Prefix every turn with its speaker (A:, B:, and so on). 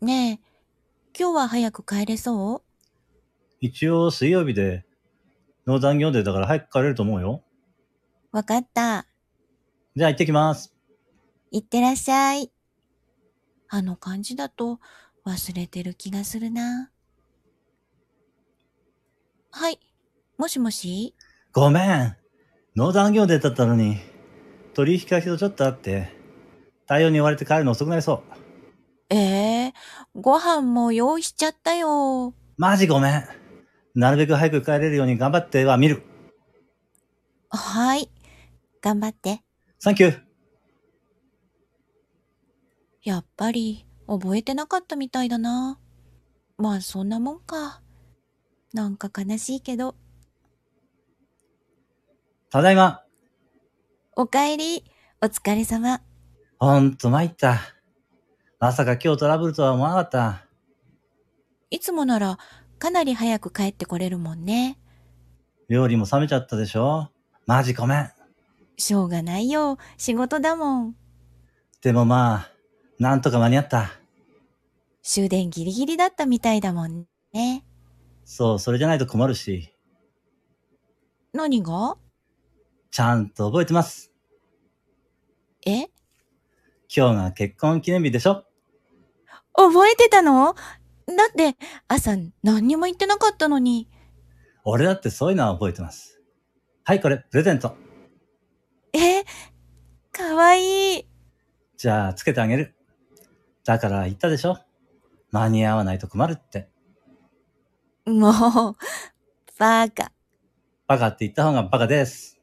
A: ねえ、今日は早く帰れそう
B: 一応水曜日で、の残業デーだから早く帰れると思うよ。
A: わかった。
B: じゃあ行ってきます。
A: いってらっしゃい。あの感じだと忘れてる気がするな。はい。もしもし
B: ごめん。の残業デーだったのに、取引先とちょっと会って、対応に追われて帰るの遅くなりそう。
A: ええご飯も用意しちゃったよ。
B: マジごめん。なるべく早く帰れるように頑張っては見る。
A: はい。頑張って。
B: サンキュー。
A: やっぱり覚えてなかったみたいだな。まあそんなもんか。なんか悲しいけど。
B: ただいま。
A: おかえり。お疲れ様。
B: ほんと参った。まさか今日トラブルとは思わなかった。
A: いつもならかなり早く帰ってこれるもんね。
B: 料理も冷めちゃったでしょマジごめん。
A: しょうがないよ。仕事だもん。
B: でもまあ、なんとか間に合った。
A: 終電ギリギリだったみたいだもんね。
B: そう、それじゃないと困るし、
A: 何が
B: ちゃんと覚えてます。
A: え
B: 今日が結婚記念日でしょ
A: 覚えてたのだって朝何にも言ってなかったのに。
B: 俺だってそういうのは覚えてます。はい、これ、プレゼント。
A: えかわいい。
B: じゃあ、つけてあげる。だから言ったでしょ間に合わないと困るって。
A: もう、バカ。
B: バカって言った方がバカです。